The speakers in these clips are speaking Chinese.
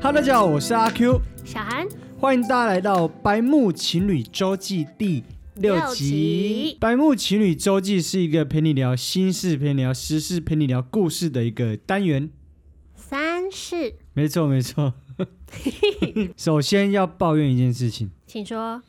哈，大家好，我是阿 Q，小韩，欢迎大家来到《白木情侣周记》第六六集。集白木情侣周记》是一个陪你聊心事、陪你聊时事、陪你聊故事的一个单元。三四，没错，没 错。首先要抱怨一件事情，请说。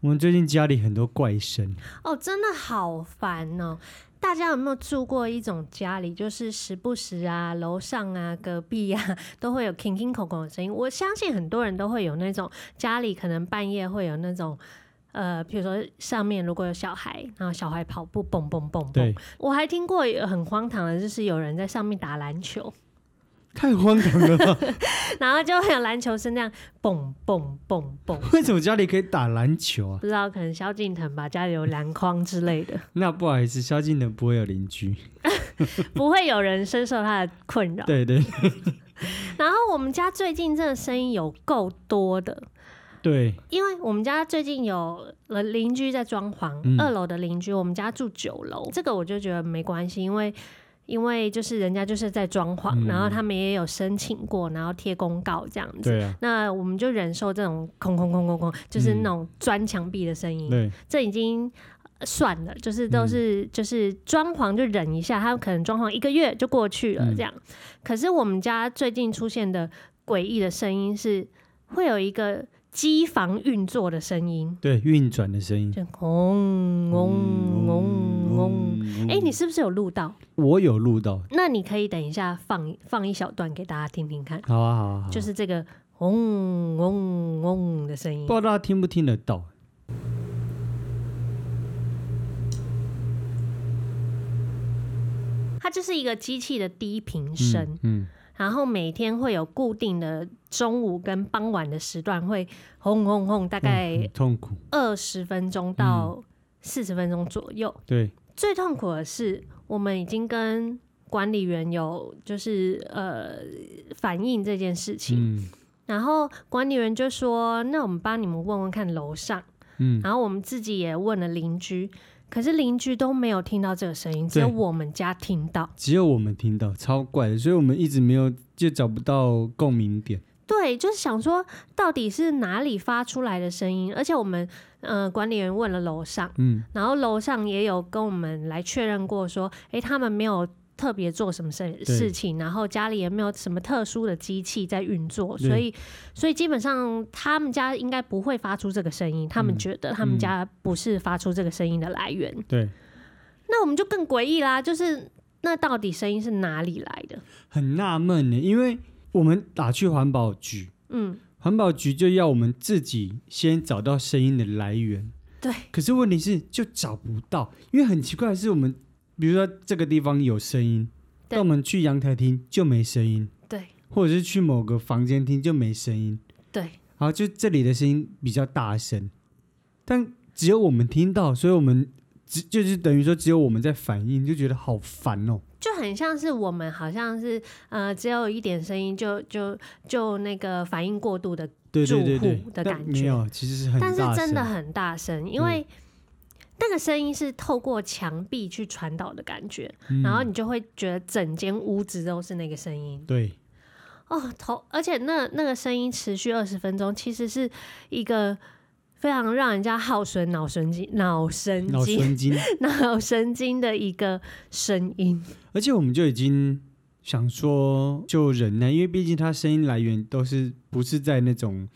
我们最近家里很多怪声，哦，真的好烦哦！大家有没有住过一种家里，就是时不时啊，楼上啊、隔壁啊， 都会有叮叮口口的声音？我相信很多人都会有那种家里可能半夜会有那种。呃，比如说上面如果有小孩，然后小孩跑步蹦蹦蹦蹦对，，我还听过有很荒唐的，就是有人在上面打篮球， 太荒唐了吧？然后就会有篮球声这样蹦蹦蹦蹦， 为什么家里可以打篮球啊？不知道可能萧敬腾吧，家里有篮筐之类的，那不好意思，萧敬腾不会有邻居。 不会有人深受他的困扰。对对 然后我们家最近这个声音有够多的，对，因为我们家最近有呃邻居在装潢，嗯二楼的邻居，我们家住九楼，这个我就觉得没关系，因为。因为就是人家就是在装潢，嗯然后他们也有申请过，然后贴公告这样子。对啊，那我们就忍受这种空空空空空，就是嗯那种钻墙壁的声音。对，这已经呃算了，就是都是、嗯就是装潢就忍一下，他可能装潢一个月就过去了嗯这样。可是我们家最近出现的诡异的声音是，会有一个机房运作的声音，对，运转的声音。嗯就嗡嗡嗡嗡。哎、你是不是有录到？我有录到，那你可以等一下放放一小段给大家听听看，好啊好啊好啊，就是这个嗡嗡嗡的声音不知。道大家听不听得到。它就是一个机器的低频声，嗯，然后每天会有固定的中午跟傍晚的时段会轰轰轰，大嗯很概痛苦，二十分钟到四十分钟左右。对，最痛苦的是，我们已经跟管理员有就是呃反映这件事情，嗯然后管理员就说：“那我们帮你们问问看楼上。”嗯，然后我们自己也问了邻居，可是邻居都没有听到这个声音，只有对我们家听到。只有我们听到，超怪的，所以我们一直没有就找不到共鸣点。对，就是想说到底是哪里发出来的声音，而且我们呃管理员问了楼上，嗯，然后楼上也有跟我们来确认过说，诶，他们没有特别做什么事事情，然后家里也没有什么特殊的机器在运作，对所以所以基本上他们家应该不会发出这个声音，他们嗯觉得他们嗯家不是发出这个声音的来源，对，那我们就更诡异啦，就是那到底声音是哪里来的？很纳闷呢，因为我们打去环保局，嗯，环保局就要我们自己先找到声音的来源。对。可是问题是，就找不到，因为很奇怪的是，我们比如说这个地方有声音，对但我们去阳台听就没声音，对或者是去某个房间听就没声音。对。好，就这里的声音比较大声，但只有我们听到，所以我们只就是等于说只有我们在反应，就觉得好烦哦。就很像是我们好像是呃，只有一点声音就就就那个反应过度的，对对对对住户，的但感觉没有，其实是很大但声，嗯是真的很大声，因为那个声音是透过墙壁去传导的感觉，嗯然后你就会觉得整间屋子都是那个声音对哦，头，而且那那个声音持续二十分钟，其实是一个。非常让人家耗损脑神经、脑神脑经、神经， 脑神经的一个声音。而且我们就已经想说就忍耐，因为毕竟它声音来源都是不是在那种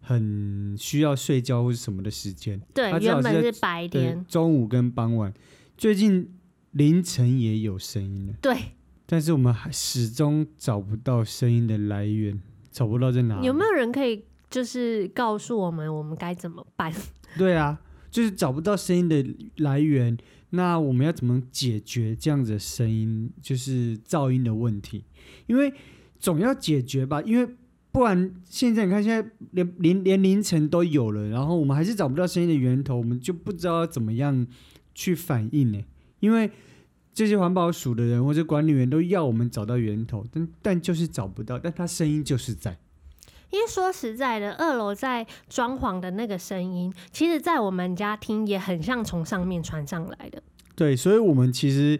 很需要睡觉或是什么的时间，对它，至少原是本在是白对天，，中午跟傍晚，最近凌晨也有声音了。对，但是我们还始终找不到声音的来源，找不到在哪里。有没有人可以就是告诉我们我们该怎么办？ 对啊，就是找不到声音的来源，那我们要怎么解决这样子的声音，就是噪音的问题？因为总要解决吧，因为不然现在你看，现在连连连凌晨都有了，然后我们还是找不到声音的源头，我们就不知道要怎么样去反应呢、因为。这些环保署的人或者管理员都要我们找到源头，但但就是找不到，但他声音就是在。因为说实在的，二楼在装潢的那个声音，其实在我们家听也很像从上面传上来的。对，所以我们其实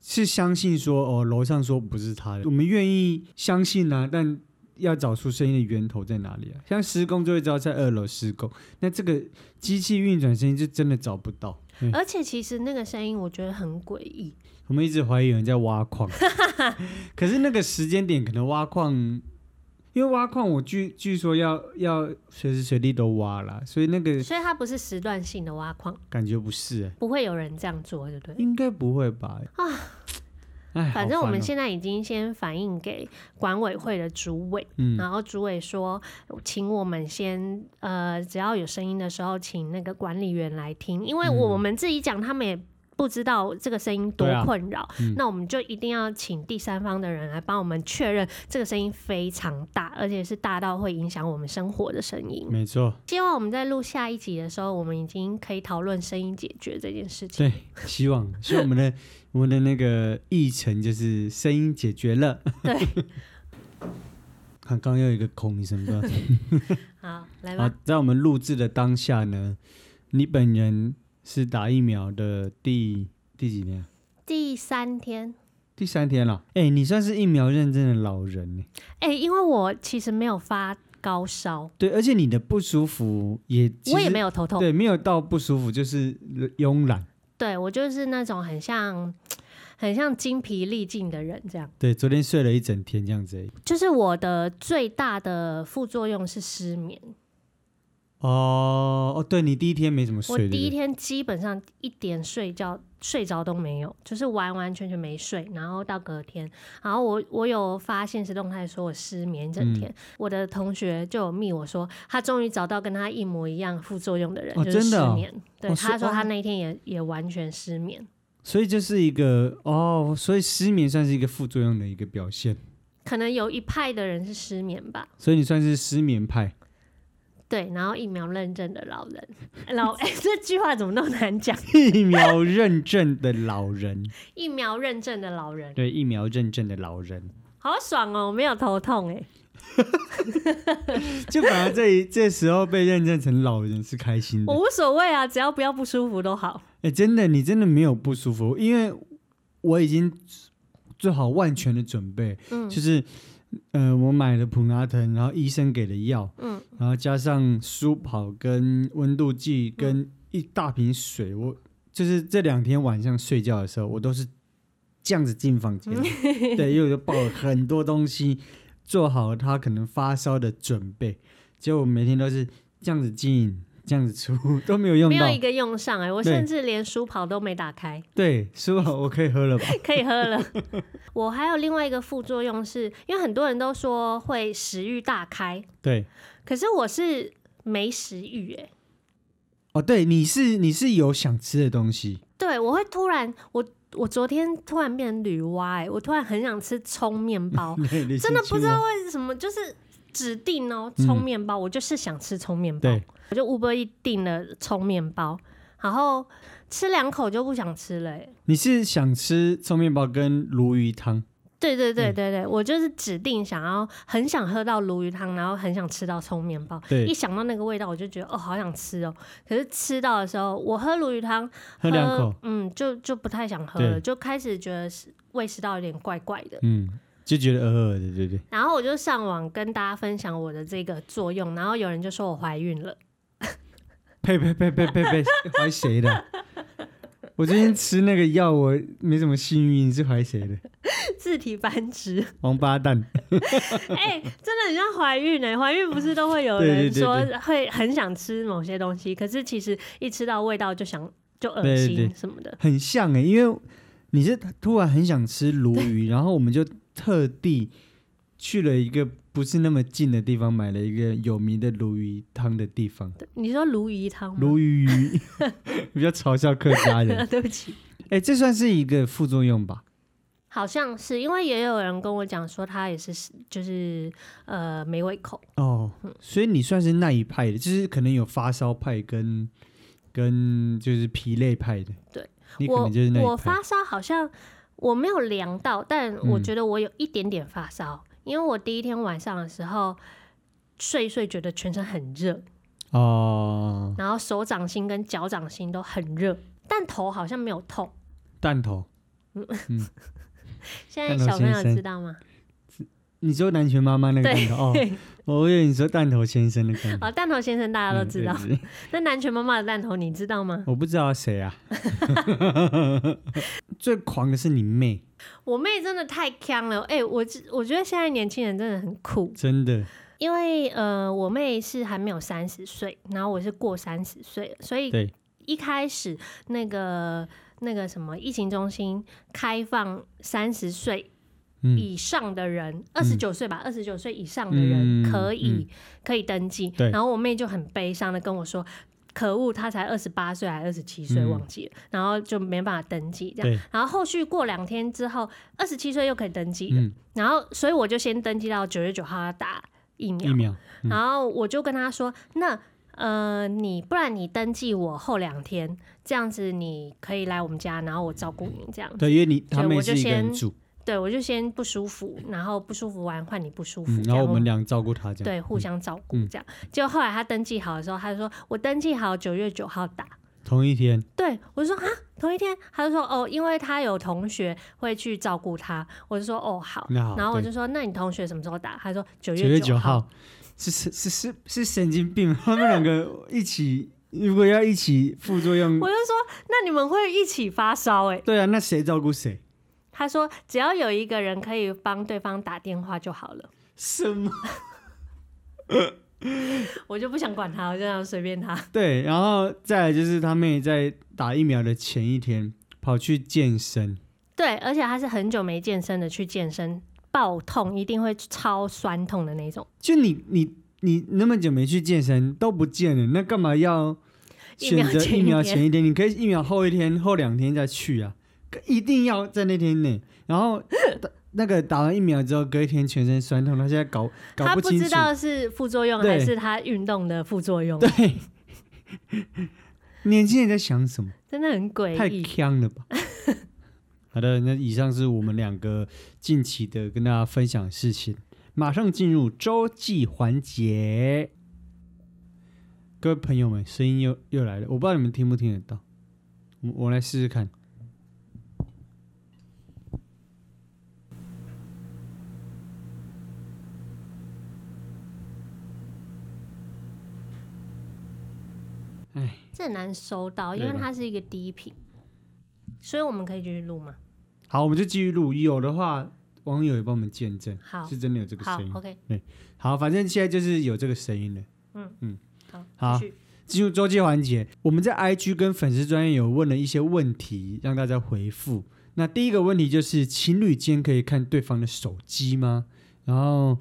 是相信说，哦，楼上说不是他的，我们愿意相信啊，但要找出声音的源头在哪里啊？像施工就会知道在二楼施工，那这个机器运转声音就真的找不到。嗯而且其实那个声音我觉得很诡异，我们一直怀疑有人在挖 矿，可是那个时间点可能挖矿，因为挖矿我据据说要要随时随地都挖啦，所以那个所以它不是时段性的挖矿，感觉不是、欸，不会有人这样做，对不对？应该不会吧？啊，哎，反好正我们烦哦现在已经先反映给管委会的主委，嗯然后主委说，请我们先呃，只要有声音的时候，请那个管理员来听，因为我们自己讲，他们也不知道这个声音多嗯对啊困扰，嗯那我们就一定要请第三方的人来帮我们确认这个声音非常大，而且是大到会影响我们生活的声音。没错，希望我们在录下一集的时候，我们已经可以讨论声音解决这件事情。对，希 望希望我们的我们的那个议程就是声音解决了。 对，看刚刚又有一个空，你什 么？好，来好吧，，在我们录制的当下呢，你本人是打疫苗的第第几天啊？第三天。第三天了。哎、你算是疫苗认证的老人呢。哎、因为我其实没有发高烧，对，而且你的不舒服也其我也实没有头痛，对，没有到不舒服，就是慵懒。对我就是那种很像。很像精疲力尽的人，这样对，昨天睡了一整天这样子而已。就是我的最大的副作用是失眠。哦哦，对你第一天没怎么我睡，对不第一对天基本上一点睡觉睡着都没有，就是完完全全没睡，然后到隔天，然后我我有发现实动态说我失眠一整嗯天，我的同学就有密我说他终于找到跟他一模一样副作用的人，哦就是真的失哦眠。对，哦是他说哦他那一天也也完全失眠。所以就是一个哦，所以失眠算是一个副作用的一个表现，可能有一派的人是失眠吧，所以你算是失眠派。 对，然后疫苗认证的老人， 老、哎，这句话怎么那么难讲？疫苗认证的老人， 疫苗认证的老人，对，疫苗认证的老人，好爽哦，我没有头痛哎、就反而这一这时候被认证成老人是开心的我。无所谓啊，只要不要不舒服都好。哎、真的，你真的没有不舒服，因为我已经做好万全的准备，嗯就是呃，我买了普拿疼，然后医生给的药，嗯，然后加上舒跑跟温度计嗯跟一大瓶水，我就是这两天晚上睡觉的时候，我都是这样子进房 间的，对，因为我就抱了很多东西，做好他可能发烧的准备，结果我每天都是这样子进。这样子出都没有用没到，有一个用上哎、我对甚至连书跑都没打开，对，舒跑我可以喝了吧？可以喝 了。我还有另外一个副作用是，因为很多人都说会食欲大开，对，可是我是没食欲哎、哦，对，你是你是有想吃的东西，，对，我会突然，我我昨天突然变成女娲、欸，我突然很想吃葱面包你真的是不青知道蛙为什么，就是指定哦、葱面包，我就是想吃葱面包，嗯对，我就 Uber 一订了葱面包，然后吃两口就不想吃了、欸。你是想吃葱面包跟鲈鱼汤，对对嗯对对对，我就是指定想要很想喝到鲈鱼汤，然后很想吃到葱面包。一对，想到那个味道，我就觉得哦，好想吃哦。可是吃到的时候，我喝鲈鱼汤，喝两口，，嗯，就就不太想喝了，对就开始觉得是胃食道有点怪怪的。嗯，就觉得饿饿的，对不对？然后我就上网跟大家分享我的这个作用，然后有人就说我怀孕 了，呸呸呸呸呸呸， 怀谁的？我最近吃那个药，我没什么幸运，你是怀谁的？自体繁殖，王八蛋！ 哎、真的很像怀孕哎、怀孕不是都会有对对人对说对会很想吃某些东西，可是其实一吃到味道就想就恶对对心对什么的，很像哎、因为你是突然很想吃鲈 鱼，然后我们就特地去了一个不是那么近的地方，买了一个有名的鲈鱼汤的地方。你说鲈鱼汤吗？鲈 鱼比较嘲笑客家人。对 不起，哎、这算是一个副作用吧？好像是因为也有人跟我讲说他也是就是呃没胃口，哦，所以你算是那一派的，就是可能有发烧派跟跟就是疲累派的。对，你可我能就是那我一派。嗯发烧好像我没有量到，但我觉得我有一点点发烧，因为我第一天晚上的时候睡一睡觉觉得全身很热，哦，然后手掌心跟脚掌心都很热，但头好像没有痛。弹头，现在看到小朋友先生知道吗？你说南拳妈妈那个对蛋 头哦，我以为你说蛋头先生的感觉。哦，蛋头先生大家都知道。 嗯对那南拳妈妈的蛋头你知道吗？我不知道谁 啊。最狂的是你妹，我妹真的太强了，哎、我知我觉得现在年轻人真的很酷，真的。因为呃，我妹是还没有三十岁，然后我是过三十岁了，所以对一开始那个那个什么疫情中心开放三十岁嗯，以上的人，二十九岁吧，二十九岁以上的人嗯可以、可以登记。对然后我妹就很悲伤的跟我说。可恶，她才二十八岁，还二十七岁，嗯忘记了，然后就没办法登记这样。对，然后后续过两天之后，二十七岁又可以登记了，嗯，然后所以我就先登记到九月九号要打疫苗疫，苗，嗯然后我就跟他说，那呃，你不然你登记我后两天，这样子你可以来我们家，然后我照顾你这样。对，因为你他所以妹我就是一个人先住，对，我就先不舒服，然后不舒服完换你不舒服，嗯，这然样哦后我们俩照顾她这样。对互相照顾嗯这样。结果后来他登记好的时候，他就说我登记好九月九号打。同一天，对，我就说啊，同一天，他就说哦，因为他有同学会去照顾他，我就说哦好，那好然后我对就说那你同学什么时候打？他说九九月九九，号，是是是是是神经病， 他们两个一起，如果要一起副作用我，就说那你们会一起发烧哎、对啊，那谁照顾谁？他说只要有一个人可以帮对方打电话就好了，什么？我就不想管他，我就让他随便他。对，然后再来就是他妹在打疫苗的前一天跑去健身，对，而且他是很久没健身的去健身，爆痛一定会超酸痛的那种。就你你你那么久没去健身都不见了，那干嘛要疫选苗择前疫一苗天前一天？你可以疫苗后一天、后两天再去啊，可一定要在那天内。然 后打那个打完疫苗之后，隔一天全身酸痛，他现在搞搞他不清知楚。道是副作用对还是他运动的副作用，对， 年轻人在想什么？真的很诡太异。呛了吧！好的，那以上是我们两个近期的跟大家分享的事情，马上进入周记环节。各位朋友们，声音又又来了，我不知道你们听不听得到，我我来试试看。这很难收到，因对为吧它是一个低频，所以我们可以继续录吗？好，我们就继续录，有的话网友也帮我们见证，好是真的有这个好声音。 ，OK，好，反正现在就是有这个声音了。好好，继续。进入周记环节，我们在 IG 跟粉丝专业有问了一些问题，让大家回复。那第一个问题就是，情侣间可以看对方的手机吗？然后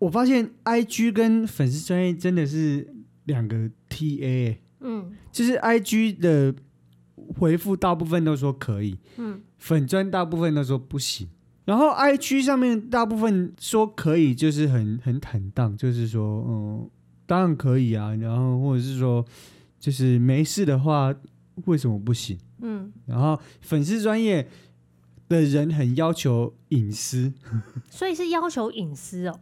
我发现 IG 跟粉丝专业真的是两个 TA，欸嗯就是 IG 的回复大部分都说可以，嗯，粉砖大部分都说不行。然后 I G 上面大部分说可以，就是很很坦荡，就是说，嗯，当然可以啊。然后或者是说，就是没事的话，为什么不行？嗯，然后粉丝专业的人很要求隐私，所以是要求隐私哦，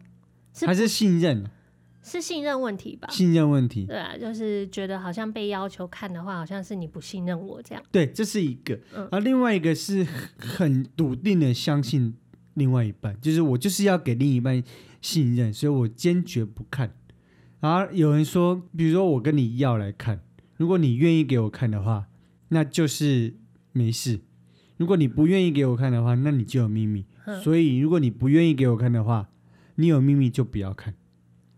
是还是信任，是信任问题吧？信任问题。对啊，就是觉得好像被要求看的话，好像是你不信任我这样。对，这是一个。嗯然后另外一个是很笃定的相信另外一半，就是我就是要给另一半信任，所以我坚决不看。然后有人说，比如说我跟你要来看，如果你愿意给我看的话，那就是没事；如果你不愿意给我看的话，那你就有秘密。哼所以如果你不愿意给我看的话，你有秘密就不要看。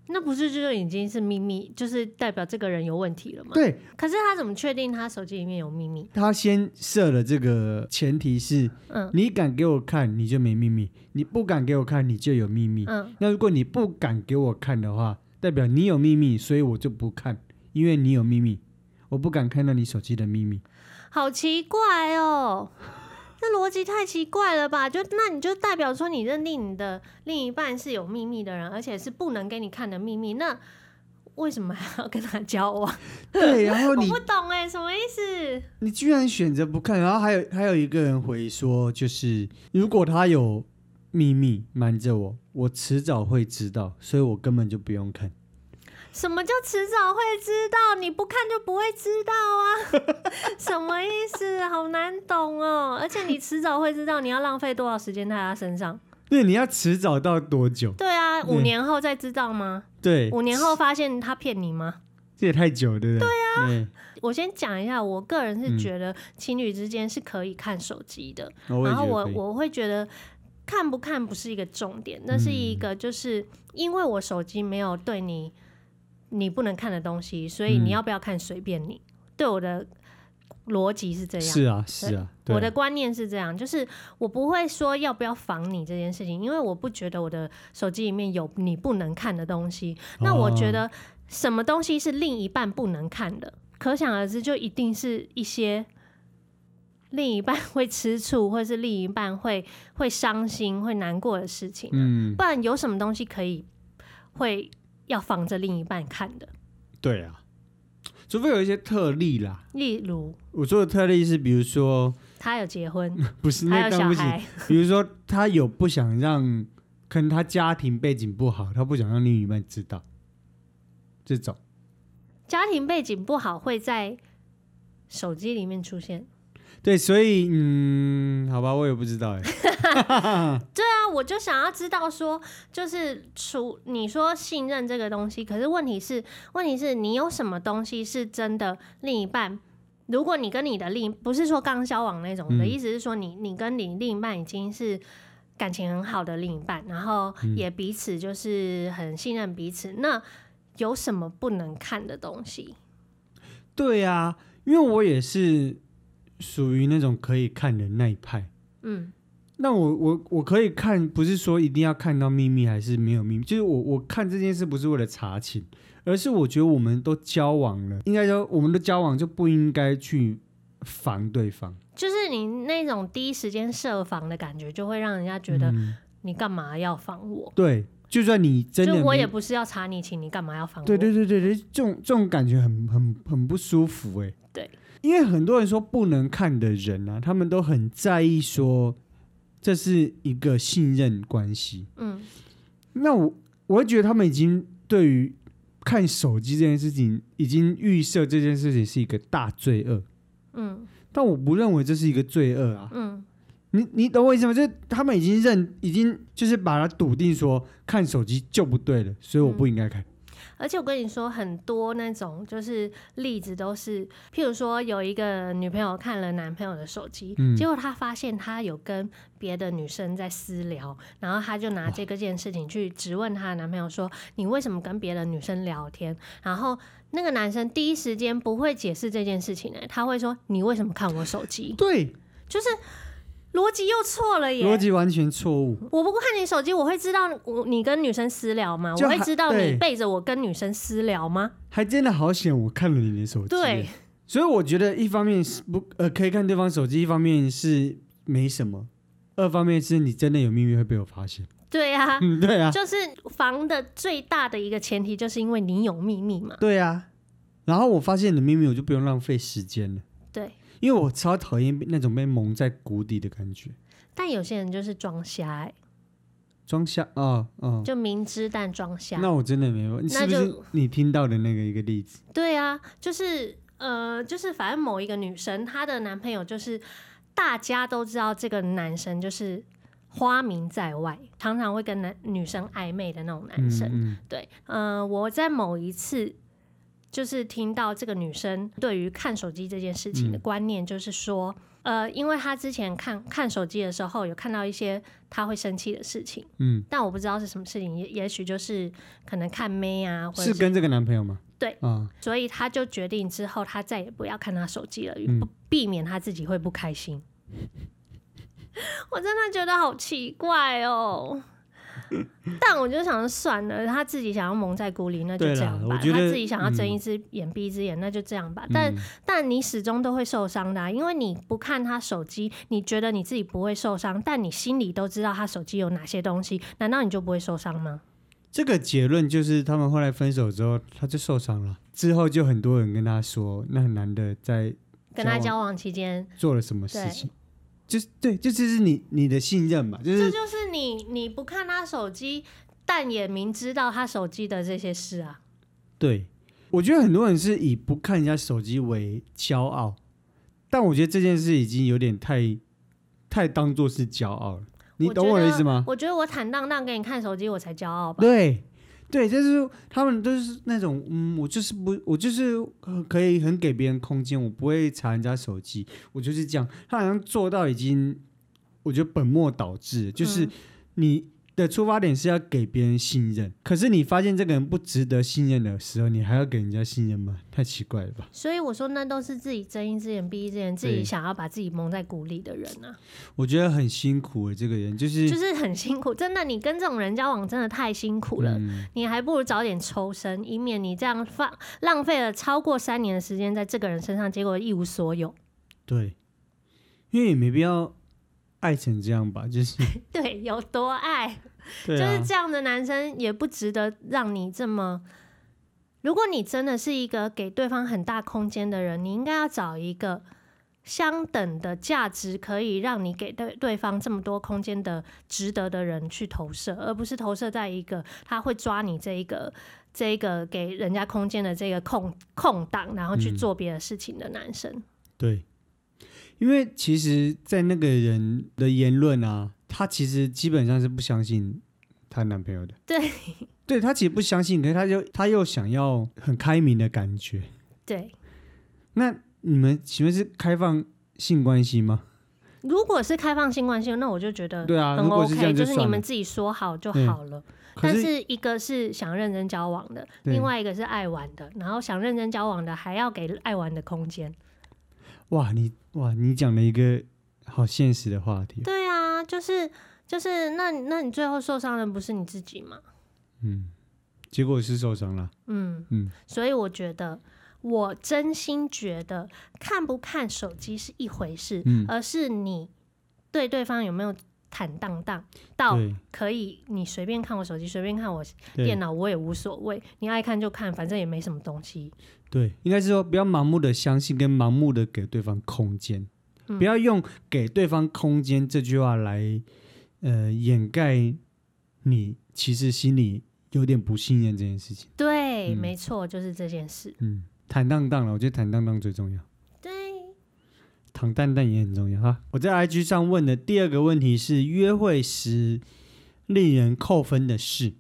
那不是就已经是秘密，就是代表这个人有问题了吗？对，可是他怎么确定他手机里面有秘密？他先设了这个前提是，嗯你敢给我看，你就没秘密；你不敢给我看，你就有秘密。嗯，那如果你不敢给我看的话，代表你有秘密，所以我就不看，因为你有秘密，我不敢看到你手机的秘 密。好奇怪哦，这逻辑太奇怪了吧？就那你就代表说你认定你的另一半是有秘密的人，而且是不能给你看的秘密，那为什么还要跟他交往？对，然后我你不懂哎、什么意思？你居然选择不看，然后还有还有一个人回说，就是如果他有秘密瞒着我，我迟早会知道，所以我根本就不用看。什么叫迟早会知道？你不看就不会知道啊？ 什么意思？好难懂哦！而且你迟早会知道，你要浪费多少时间在他身上？对，你要迟早到多久？对啊，五对年后再知道吗？对，五年后发现他骗你吗？这也太久了，对不对？对啊，我先讲一下，我个人嗯是觉得情侣之间是可以看手机的，我也然后觉得我可以我会觉得看不看不是一个重点，那是嗯一个就是因为我手机没有对你你不能看的东西，所以嗯你要不要看随便你。对我的逻辑是这样，是啊是啊，对我的观念是这样，就是我不会说要不要防你这件事情，因为我不觉得我的手机里面有你不能看的东西。那我哦觉得什么东西是另一半不能看的，可想而知，就一定是一些另一半会吃醋，或是另一半会会伤心、会难过的事情、啊。嗯，不然有什么东西可以会要防着另一半看的？对啊，除非有一些特例啦。例如我说的特例是，比如说他有结婚，不是 他那有当然小不行，孩，比如说他有不想让，可能他家庭背景不好，他不想让另一半知道，这种家庭背景不好会在手机里面出现。对，所以嗯，好吧，我也不知道哎，那我就想要知道说，就是除你说信任这个东西，可是问题是，问题是你有什么东西是真的另一半？如果你跟你的另一不是说刚交往那种，我的嗯意思是说你你跟你另一半已经是感情很好的另一半，然后嗯也彼此就是很信任彼此，那有什么不能看的东西？ 对啊，因为我也是属于那种可以看的那一派。嗯，那我我我可以看，不是说一定要看到秘密还是没有秘密，就是我我看这件事不是为了查寝，而是我觉得我们都交往了，应该说我们的交往就不应该去防对方，就是你那种第一时间设防的感觉，就会让人家觉得嗯你干嘛要防我？对，就算你真的就我没也不是要查你情，你干嘛要防我？对对对对对，这种这种感觉很很很不舒服哎、对，因为很多人说不能看的人啊，他们都很在意说这是一个信任关系。嗯，那我我会觉得他们已经对于看手机这件事情，已经预设这件事情是一个大罪恶。嗯但我不认为这是一个罪恶啊，嗯，你你懂我意思吗？就是他们已经认，已经就是把它笃定说看手机就不对了，所以我不嗯应该看。而且我跟你说，很多那种就是例子都是，譬如说有一个女朋友看了男朋友的手机，嗯结果她发现他有跟别的女生在私聊，然后她就拿这个件事情去质问她的男朋友说：“你为什么跟别的女生聊天？”然后那个男生第一时间不会解释这件事情呢、欸他会说：“你为什么看我手机对，？”就是逻辑又错了耶，逻辑完全错误。我不看你手机，我会知道我你跟女生私聊吗？就我还会知道对你背着我跟女生私聊吗？还真的好险，我看了你的手机。对，，所以我觉得一方面是不呃可以看对方手机，一方面是没什么，二方面是你真的有秘密会被我发现。对啊，嗯，对啊，就是防的最大的一个前提，就是因为你有秘密嘛。对啊。然后我发现你的秘密，我就不用浪费时间了，对，因为我超讨厌那种被蒙在鼓底的感觉。但有些人就是装瞎、哦欸，装瞎啊哦，就明知但装瞎。那我真的没有，是那不就是你听到的那个一个例子？对啊，就是呃，就是反正某一个女生，她的男朋友就是大家都知道这个男生就是花名在外，常常会跟男女生暧昧的那种男生。嗯对，嗯、我在某一次就是听到这个女生对于看手机这件事情的嗯观念，就是说，呃，因为她之前看看手机的时候，有看到一些她会生气的事情，嗯但我不知道是什么事情，也也许就是可能看妹啊，嗯，或者是是，跟这个男朋友吗？对啊，所以她就决定之后，她再也不要看她手机了，嗯不避免她自己会不开心。 我真的觉得好奇怪 哦。但我就想算了，他自己想要蒙在鼓里，那就对啦这样我吧。觉他得自己想要睁嗯一只眼闭一只眼，那就这样吧。但、嗯但你始终都会受伤的啊、因为你不看他手机，你觉得你自己不会受伤，但你心里都知道他手机有哪些东西，难道你就不会受伤吗？这个结论就是，他们后来分手之后，他就受伤了。之后就很多人跟他说，那男的在跟他交交往期间，做了什么事情，就是对，这就是你你的信任嘛，就这是就是你你不看他手机，但也明知道他手机的这些事啊。对。我觉得很多人是以不看人家手机为骄傲，但我觉得这件事已经有点太太当做是骄傲了。你我懂觉我的意得思吗？我觉得我坦荡荡给你看手机，我才骄傲吧。嗯对，对，就是他们都是那种，嗯，我就是不，我就是呃可以很给别人空间，我不会查人家手机，我就是这样。他好像做到已经，我觉得本末倒置，就是嗯你的出发点是要给别人信任，可是你发现这个人不值得信任的时候，你还要给人家信任吗？太奇怪了吧！所以我说，那都是自己睁一只眼闭一只眼，自己对嗯想要把自己蒙在鼓里的人啊，我觉得很辛苦欸诶，这个人就是就是很辛苦。真的，你跟这种人交往真的太辛苦了，嗯你还不如早点抽身，以免你这样放浪费了超过三年的时间在这个人身上，结果一无所有。 对，因为也没必要爱成这样吧， 就是对，有多爱，对就啊是，这样的男生也不值得让你这么。如果你真的是一个给对方很大空间的人，你应该要找一个相等的价值，可以让你给对对方这么多空间的值得的人去投射，而不是投射在一个他会抓你这一个这一个给人家空间的这个空空档，然后去嗯做别的事情的男生。对，因为其实，在那个人的言论啊，她其实基本上是不相信她男朋友的。对，对她其实不相信，可是她又她又想要很开明的感觉。对，那你们请问是开放性关系吗？如果是开放性关系，那我就觉得对啊嗯很如 OK，果是这样就就是算你了们自己说好就嗯好了。可但是是一个是想认真交往的，对另外一个是爱玩的，然后想认真交往的还要给爱玩的空间。哇，你哇，你讲了一个好现实的话题。对啊，就是就是，那那你最后受伤的不是你自己吗？嗯，结果是受伤了。嗯嗯所以我觉得，我真心觉得看不看手机是一回事，嗯，而是你对对方有没有坦荡荡到对可以你随便看我手机，随便看我电对脑，我也无所谓，你爱看就看，反正也没什么东西。嗯对，应该是说不要盲目的相信，跟盲目的给对方空间。嗯不要用给对方空间这句话来呃掩盖你其实心里有点不信任这件事情。对，嗯没错，就是这件事。嗯，坦荡荡了，我觉得坦荡荡最重要，对，坦蛋蛋也很重要哈。我在 IG 上问的第二个问题是约会时令人扣分的事，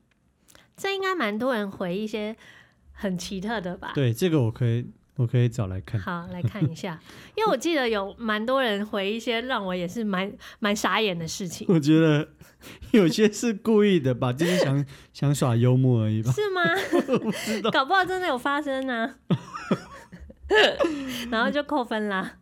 这应该蛮多人回一些很奇特的吧？对这个我可以我可以找来看。好，来看一下，因为我记得有蛮多人回一些让我也是蛮蛮傻眼的事情，我觉得有些是故意的吧，就是想 想耍幽默而已吧。是吗？搞不好真的有发生呢、 然后就扣分啦。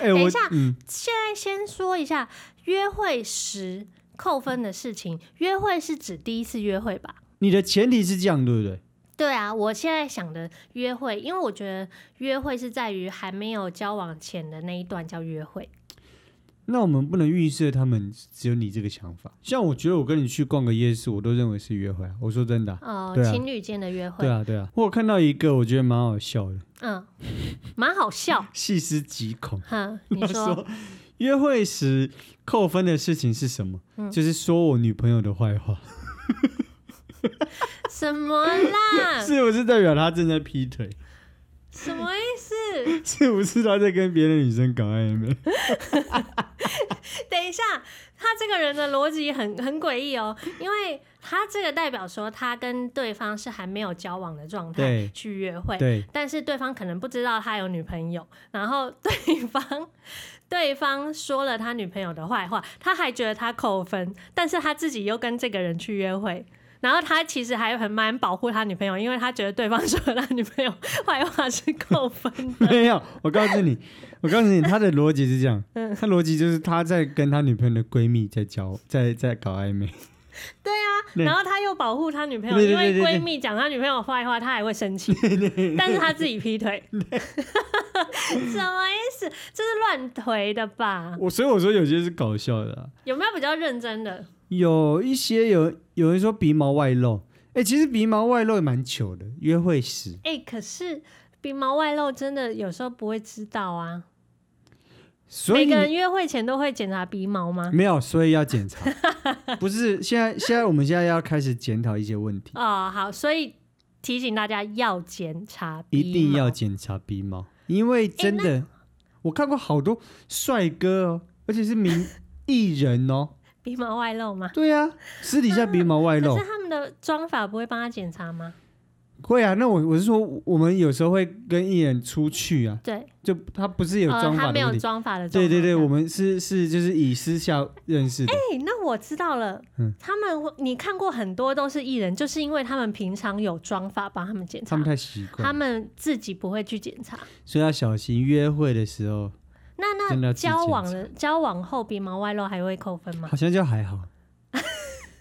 哎、等一我下嗯，那先说一下约会时扣分的事情，约会是指第一次约会吧？你的前提是这样，对不对？对啊，我现在想的约会，因为我觉得约会是在于还没有交往前的那一段叫约会。那我们不能预设他们只有你这个想法。像我觉得我跟你去逛个夜市，我都认为是约会啊。我说真的啊、呃，对啊情侣间的约会，对啊，对啊。我有看到一个我觉得蛮好笑的，。嗯，蛮好笑细思极恐。哈，你他说，说约会时扣分的事情是什么？嗯就是说我女朋友的坏话，什 么啦？是不是代表她正在劈 腿？什么意思？是不是她在跟别的女生搞暧昧？等一下，他这个人的逻辑很很诡异哦，因为他这个代表说他跟对方是还没有交往的状态对去约会，对但是对方可能不知道他有女朋友，然后对方对方说了他女朋友的坏话，他还觉得他扣分，但是他自己又跟这个人去约会。然后他其实还很蛮保护他女朋友，因为他觉得对方说他女朋友坏话是扣分 的。没有，我告诉你，我告诉你，他的逻辑是这样，嗯他逻辑就是他在跟他女朋友的闺蜜在交，在在搞暧昧。 对然后他又保护他女朋友，对对因为对对对闺蜜讲他女朋友坏话，他还会生气。但是他自己 劈腿， 什么意思？这是乱推的吧？我所以我说有些是搞笑的啊、有没有比较认真的？有一些有有人说鼻毛外露，哎、其实鼻毛外露也蛮糗的，约会时哎、可是鼻毛外露真的有时候不会知道啊。所每以个人约会前都会检查鼻毛吗？没有，所以要检查， 不是现在现在我们现在要开始检讨一些问题，哦，好，所以提醒大家要检查鼻毛。一定要检查鼻毛，因为真的、我看过好多帅哥哦，而且是名艺人哦，鼻毛外露吗？对啊，私底下鼻毛外嗯可露是他们的妆法不会帮他检查吗？会啊。那我我是说，我们有时候会跟艺人出去啊，对，就他不是有呃，妆他法没的有问题。妆法的状对况对对，下我们是是就是以私下认识的，哎、那我知道了。嗯他们会你看过很多都是艺人，就是因为他们平常有妆法帮他们检他查们，太习惯他了，们自己不会去检查。所以要小心。约会的时候那真的要那自己交往检的交往后鼻毛外露还会扣分吗好？像就还 好，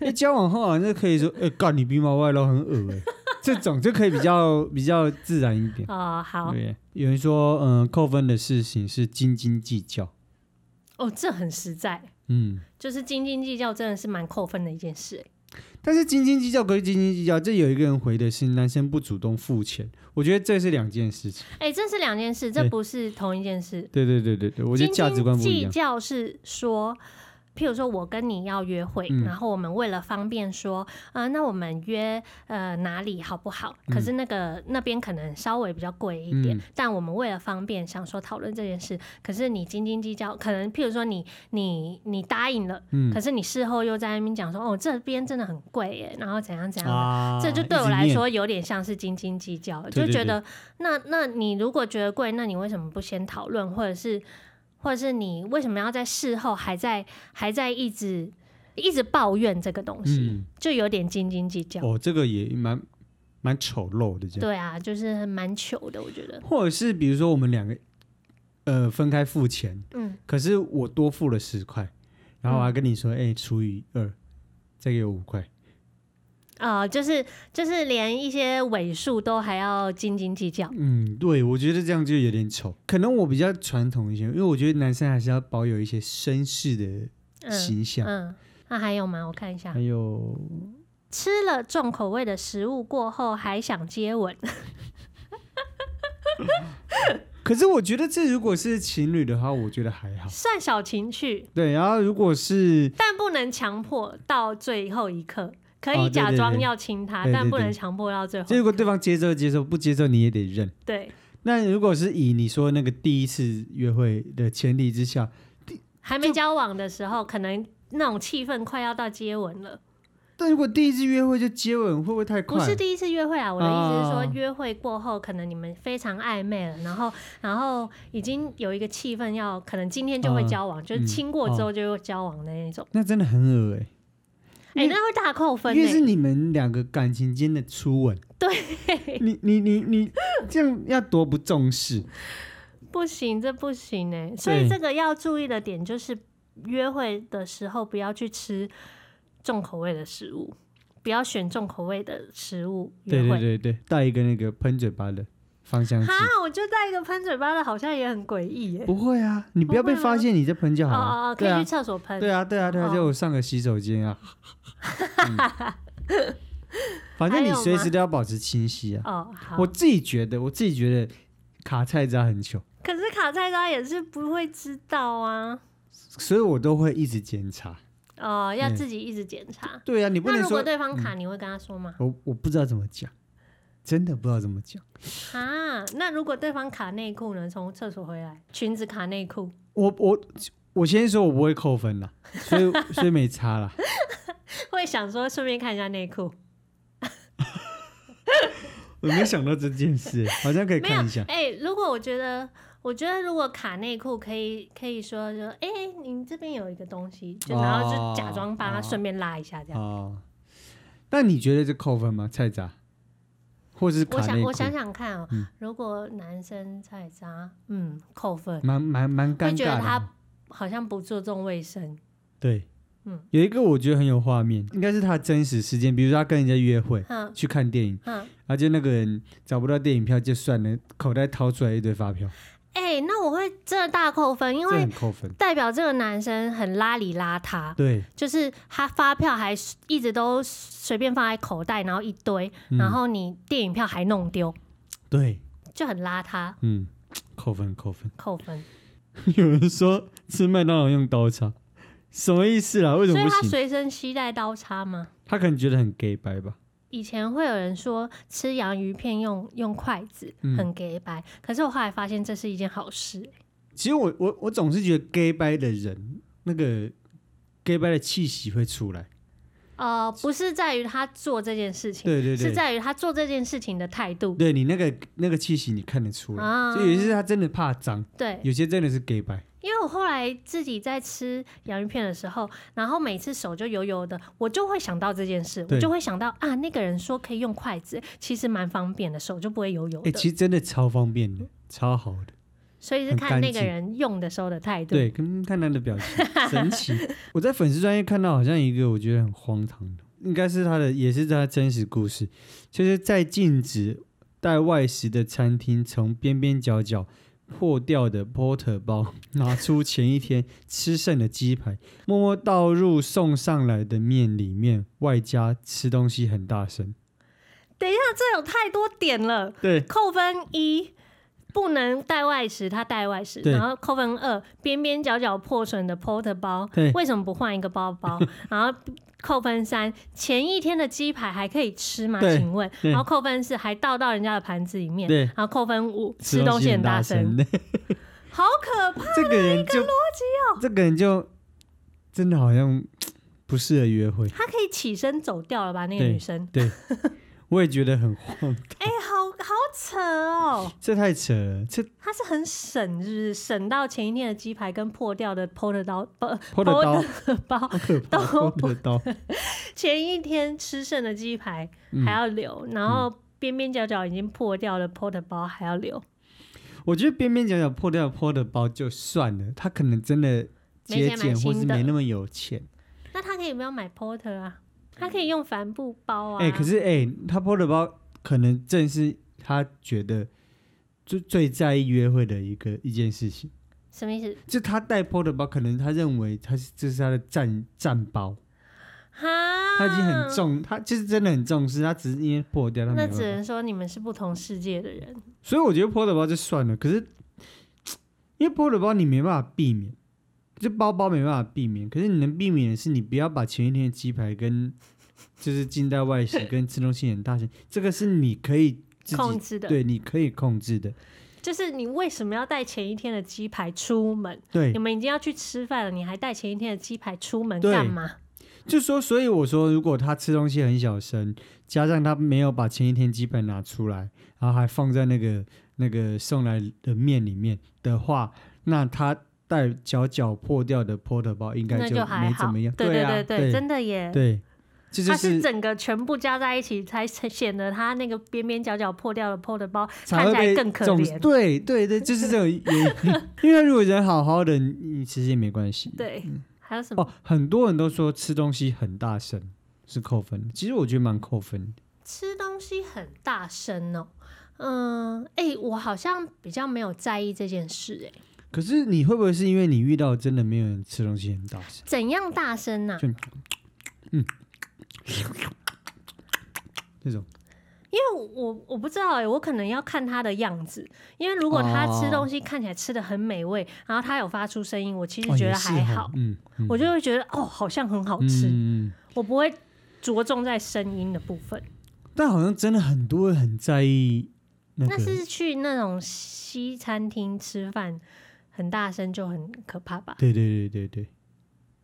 因为交往后好像就可以说，哎、干你鼻毛外露很恶 哎、这种就可以比较比较自然一点。哦，好，对，有人说，嗯、扣分的事情是斤斤计较，哦，这很实在，嗯，就是斤斤计较真的是蛮扣分的一件事。哎但是斤斤计较归斤斤计较，这有一个人回的是男生不主动付钱，我觉得这是两件事情。哎、这是两件事，这对不是同一件事。对对对对对，我觉得价值观不一斤斤样计。较是说，譬如说我跟你要约会，嗯然后我们为了方便说，啊，那我们约呃哪里好不好？可是那个、那边可能稍微比较贵一点，嗯但我们为了方便想说讨论这件事，可是你斤斤计较，可能譬如说你你你答应了，嗯可是你事后又在那边讲说，哦这边真的很贵耶，然后怎样怎样的啊这就对一我直来念说有点像是斤斤计较，对就对觉对得那那你如果觉得贵，那你为什么不先讨论，或者是或者是你为什么要在事后还在还在一直一直抱怨这个东西，嗯，就有点斤斤计较。哦，这个也蛮蛮丑陋的这样。对啊，就是蛮糗的，我觉得。或者是比如说我们两个呃分开付钱，嗯，可是我多付了十块，然后我还跟你说，哎、除以二，再给我五块。啊，就是就是连一些尾数都还要斤斤计较。嗯，对，我觉得这样就有点丑。可能我比较传统一些，因为我觉得男生还是要保有一些绅士的嗯形象。嗯，那还有吗？我看一下还，有，吃了重口味的食物过后还想接吻， 可是我觉得这如果是情侣的话，我觉得还好。算小情趣。对，然后如果是但不能强迫到最后一刻，可哦对对以假装对要亲他，对对但不能对强迫到最后就一如果刻。对方接受接受，不接受你也得认。对，那如果是以你说那个第一次约会的前提之下，还没交往的时候，可能那种气氛快要到接吻了，但如果第一次约会就接吻，会不会太快？不是第一次约会啊。我的意思是说，哦约会过后，可能你们非常暧昧了，然后然后已经有一个气氛要，可能今天就会嗯交往，就是嗯亲过之哦后就会交往的那一种。那真的很恶哎、哎、因为那会大扣分因为呢、是你们两个感情间的初吻。对， 你你你你这样要多不重视？不行，这不行哎、所对以这个要注意的点就是，约会的时候不要去吃重口味的食物，不要选重口味的食物约对会。对对对，带一个那个喷嘴巴的芳香剂哈。，我就带一个喷嘴巴的，好像也很诡异耶。不会啊，你不要被不会吗发现你在喷就哦好了。哦哦，可对以去啊，厕所喷。对啊，对啊，对啊，哦就我上个洗手间 啊。嗯反正还你有随吗时都要保持清晰啊。哦，好我。自己觉得，我自己觉得卡菜渣很糗，可是卡菜渣也是不会知道啊。所以我都会一直检查。哦，要嗯自己一直检查。对啊，你不那能如说果对方卡，你会跟他说吗？我我不知道怎么讲，真的不知道怎么讲。哈，那如果对方卡内裤呢？从厕所回来，裙子卡内裤， 我我我先说，我不会扣分啦，所 以所以没差啦。会想说顺便看一下内裤。我没想到这件 事，好像可以没有看一下。哎、如果我觉得，我觉得如果卡内裤可以可以说就，哎、你这边有一个东西，就然后就假装帮他哦顺便拉一下这样。哦，那你觉得这扣分吗？菜渣，或是我卡想内裤我？想想看哦、嗯如果男生菜渣，嗯，扣分，蛮蛮蛮尴会尬觉的得哦。他好像不注重卫生。对，嗯有一个我觉得很有画面，应该是他真实事件，比如说他跟人家约会嗯去看电影，嗯，然后就那个人找不到电影票就算了，口袋掏出来一堆发票，哎、那我会真的大扣分，因这为很扣分。代表这个男生很邋里邋遢。对，就是他发票还一直都随便放在口袋，然后一堆，嗯然后你电影票还弄丢，对，就很邋遢。嗯，扣分扣分。 扣分，有人说吃麦当劳用刀叉，什么意思啊啦？为什所么以不他行？随身携带刀叉吗？他可能觉得很 gay 白吧？以前会有人说吃洋芋片用用筷子嗯很给白，可是我后来发现这是一件好事、其实我我我总是觉得 gay 白的人那个 gay bye 的气息会出来。呃，不是在于他做这件事情，对对是对，在于他做这件事情的态度。对你那个那个气息你看得出来。啊所以有些是他真的怕脏，对，有些真的是 gay bye。因为我后来自己在吃洋芋片的时候，然后每次手就油油的，我就会想到这件事，对我就会想到啊，那个人说可以用筷子，其实蛮方便的，手就不会油油哎、的。其实真的超方便的，超好的。所以是很看干那个净人用的时候的态度。对，跟看他的表情神奇。 我在粉丝专业看到好像一个我觉得很荒唐的，应该是他的，也是他真实故事，就是在禁止带外食的餐厅从边边角角。破掉的 porter 包， 拿出前一天吃剩的鸡排，默默倒入送上来的面里面，外加吃东西很大声。等一下，这有太多点了，对，扣分一。不能带外食，他带外食，对然后扣分二，边边角角破损的 porter 包对，为什么不换一个包包？然后扣分三，前一天的鸡排还可以吃吗？对请问，对然后扣分四，还倒到人家的盘子里面，对然后扣分五，吃东西很大声，的。好可怕！ 这个人就逻辑哦，这个人就真的好像不适合约会。她可以起身走掉了吧？那个对女生，对，我也觉得很荒，哎、好好扯哦，这太扯了。这她是很省，是不是省到前一天的鸡排跟破掉的 porter 刀不破的刀， 包好可怕，刀破的刀，前一天吃剩的鸡排嗯还要留，然后边边角角已经破掉了 porter 包还要留，我觉得边边角角破掉破的包就算了，他可能真的没节钱买俭，或是新的没那么有钱。那他可以不要买 porter 啊，他可以用帆布包啊。哎、可是哎、他破的包可能正是他觉得最最在意约会的一个一件事情。什么意思？就他带破的包，可能他认为他是这是他的战战包，哈，他已经很。重，他就是真的很重视，他只是因为破掉，他没嗯那有办只法。能说你们是不同世界的人。所以我觉得破的包就算了，可是因为破的包你没办法避免，就包包没办法避免，可是你能避免的是你不要把前一天的鸡排跟就是近代外食跟吃东西很大声，这个是你可以自控己制的，对你可以控制的，就是你为什么要带前一天的鸡排出门？对你，们已经要去吃饭了，你还带前一天的鸡排出门对干嘛？就说所以我说，如果他吃东西很小声，加上他没有把前一天鸡排拿出来，然后还放在那个那个送来的面里面的话，那他带角角破掉的 porter 包应该那就还没怎好。么样，对啊，对对真的耶。对，这就它是是整个全部加在一起，才显得它那个边边角角破掉的破的包才看会起来被更可重怜。 对对对，就是这种原因。因为如果人好好的，你其实也没关系。对，还有什么？哦，很多人都说吃东西很大声是扣分，其实我觉得蛮扣分的。吃东西很大声哦。嗯，哎、我好像比较没有在意这件事、哎，可是你会不会是因为你遇到真的没有人吃东西很大声？怎样大声啊呐、就这种因为我我不知道、哎，我可能要看他的样子。因为如果他吃哦东西看起来吃的很美味，然后他有发出声音，我其实哦觉也得是还哈好，嗯，嗯我就会觉得哦，好像很好吃，嗯嗯嗯我不会着重在声音的部分。但好像真的很多人很在意那那个，是去那种西餐厅吃饭，很大声就很可怕吧？对对对对对，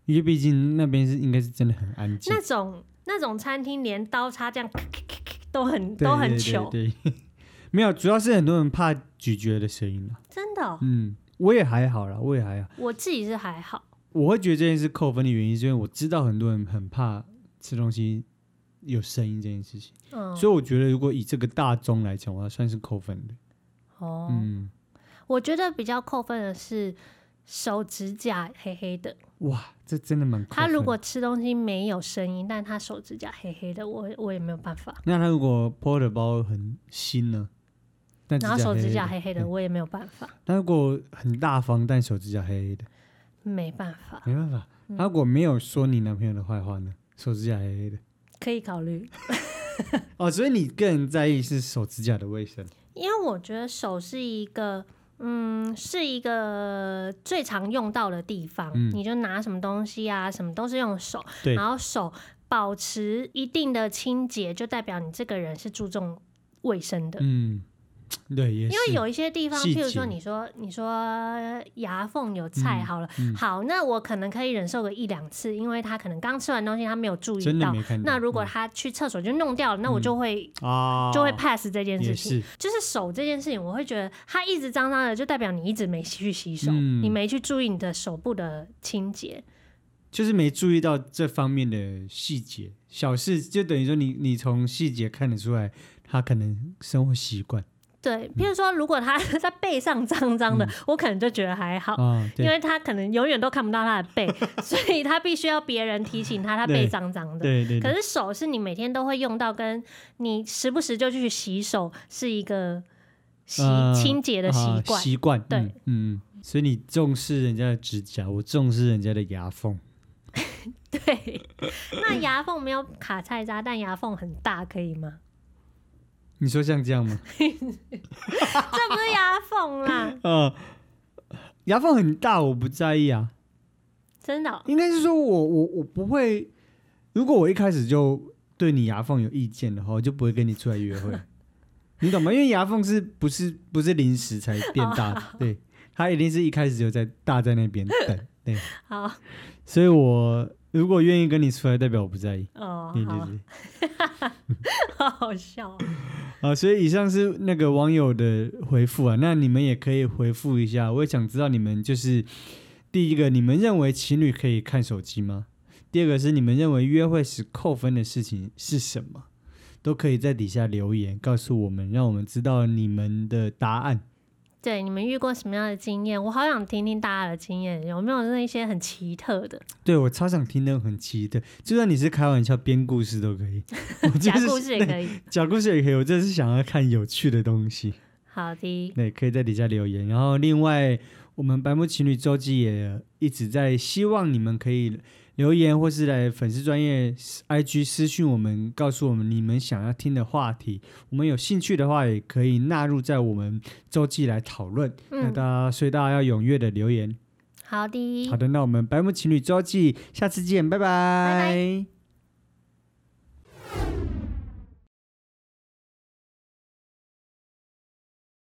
因为毕竟那边是应该是真的很安静，那种那种餐厅连刀叉这样咔咔咔咔都很对都很对糗，对对 没有，主要是很多人怕咀嚼的声音啊。真的哦、嗯，我也还好啦，我也还好。我自己是还好，我会觉得这件事扣分的原因，是因为我知道很多人很怕吃东西有声音这件事情。嗯，所以我觉得，如果以这个大宗来讲，我还算是扣分的。哦，嗯，我觉得比较扣分的是手指甲黑黑的。哇，这真的蛮扣分他的。如果吃东西没有声音，但他手指甲黑黑的，我我也没有办法。那他如果破的包很新呢？但然后手指甲黑嗯黑黑的，我也没有办黑，法的，他如果很大方，但手指甲黑黑的，没办法，没办法。嗯他如果没有说你男朋友的坏话呢？手指甲黑黑的。可以考虑。哦，所以你个人在意是手指甲的卫生。因为我觉得手是一个，嗯，是一个最常用到的地方。嗯你就拿什么东西啊，什么都是用手，对然后手保持一定的清洁，就代表你这个人是注重卫生的。嗯，对，也因是为有一些地方，细譬如说节你说你说牙缝有菜嗯好了，嗯好，那我可能可以忍受个一两次，因为他可能刚吃完东西，他没有注真意的到。没看到。那如果他去厕所就弄掉了，那我就会、嗯啊，就会 pass 这件事也情。是就是手这件事情，我会觉得它一直脏脏的，就代表你一直没去洗手，嗯你没去注意你的手部的清洁。就是没注意到这方面的细节，小事就等于说你你从细节看得出来他可能生活习惯嗯对，譬如说，如果他 在背上脏脏的，我可能就觉得还好。啊，因嗯对为他可能永远都看不到他的 背，所以他必须要别人提醒他，他对背脏脏的。对对可对，是手是你每天都会用到，跟你时不时就去洗手是一个洗、呃清洁的习啊惯。习惯对嗯嗯，嗯所以你重视人家的指甲，我重视人家的牙缝，对， 那牙缝没有卡菜渣，但牙缝很大，可以吗？你说像这样吗？这不是牙缝 啦，呃，牙缝很大，我不在意啊，真的哦、应该是说我我我不会，如果我一开始就对你牙缝有意见的话，我就不会跟你出来约会，你懂吗？因为牙缝是不是不是临时才变大 的，对，它一定是一开始就在大在那边等， 对，好所以我如果愿意跟你出来，代表我不在意，哦嗯对，对好对， 好好笑哦、啊，所以以上是那个网友的回复啊，那你们也可以回复一下，我也想知道你们就是第一个，你们认为情侣可以看手机吗？第二个是你们认为约会时扣分的事情是什么？都可以在底下留言告诉我们，让我们知道你们的答案。对，你们遇过什么样的经验？我好想听听大家的经验，有没有那些很奇特的对我超想听那种很奇特，就算你是开玩笑编故事都可以，我就假是故事也可以？讲故事也可以，我真的是想要看有趣的东西。好的，对，可以在底下留言。然后另外，我们白木情侣周记也一直在希望你们可以留言，或是来粉丝专业 IG 私讯我们，告诉我们你们想要听的话题。我们有兴趣的话，也可以纳入在我们周记来讨论。那嗯大，家，所以大家要踊跃的留言。好的，好的，那我们白木情侣周记下次见，拜拜拜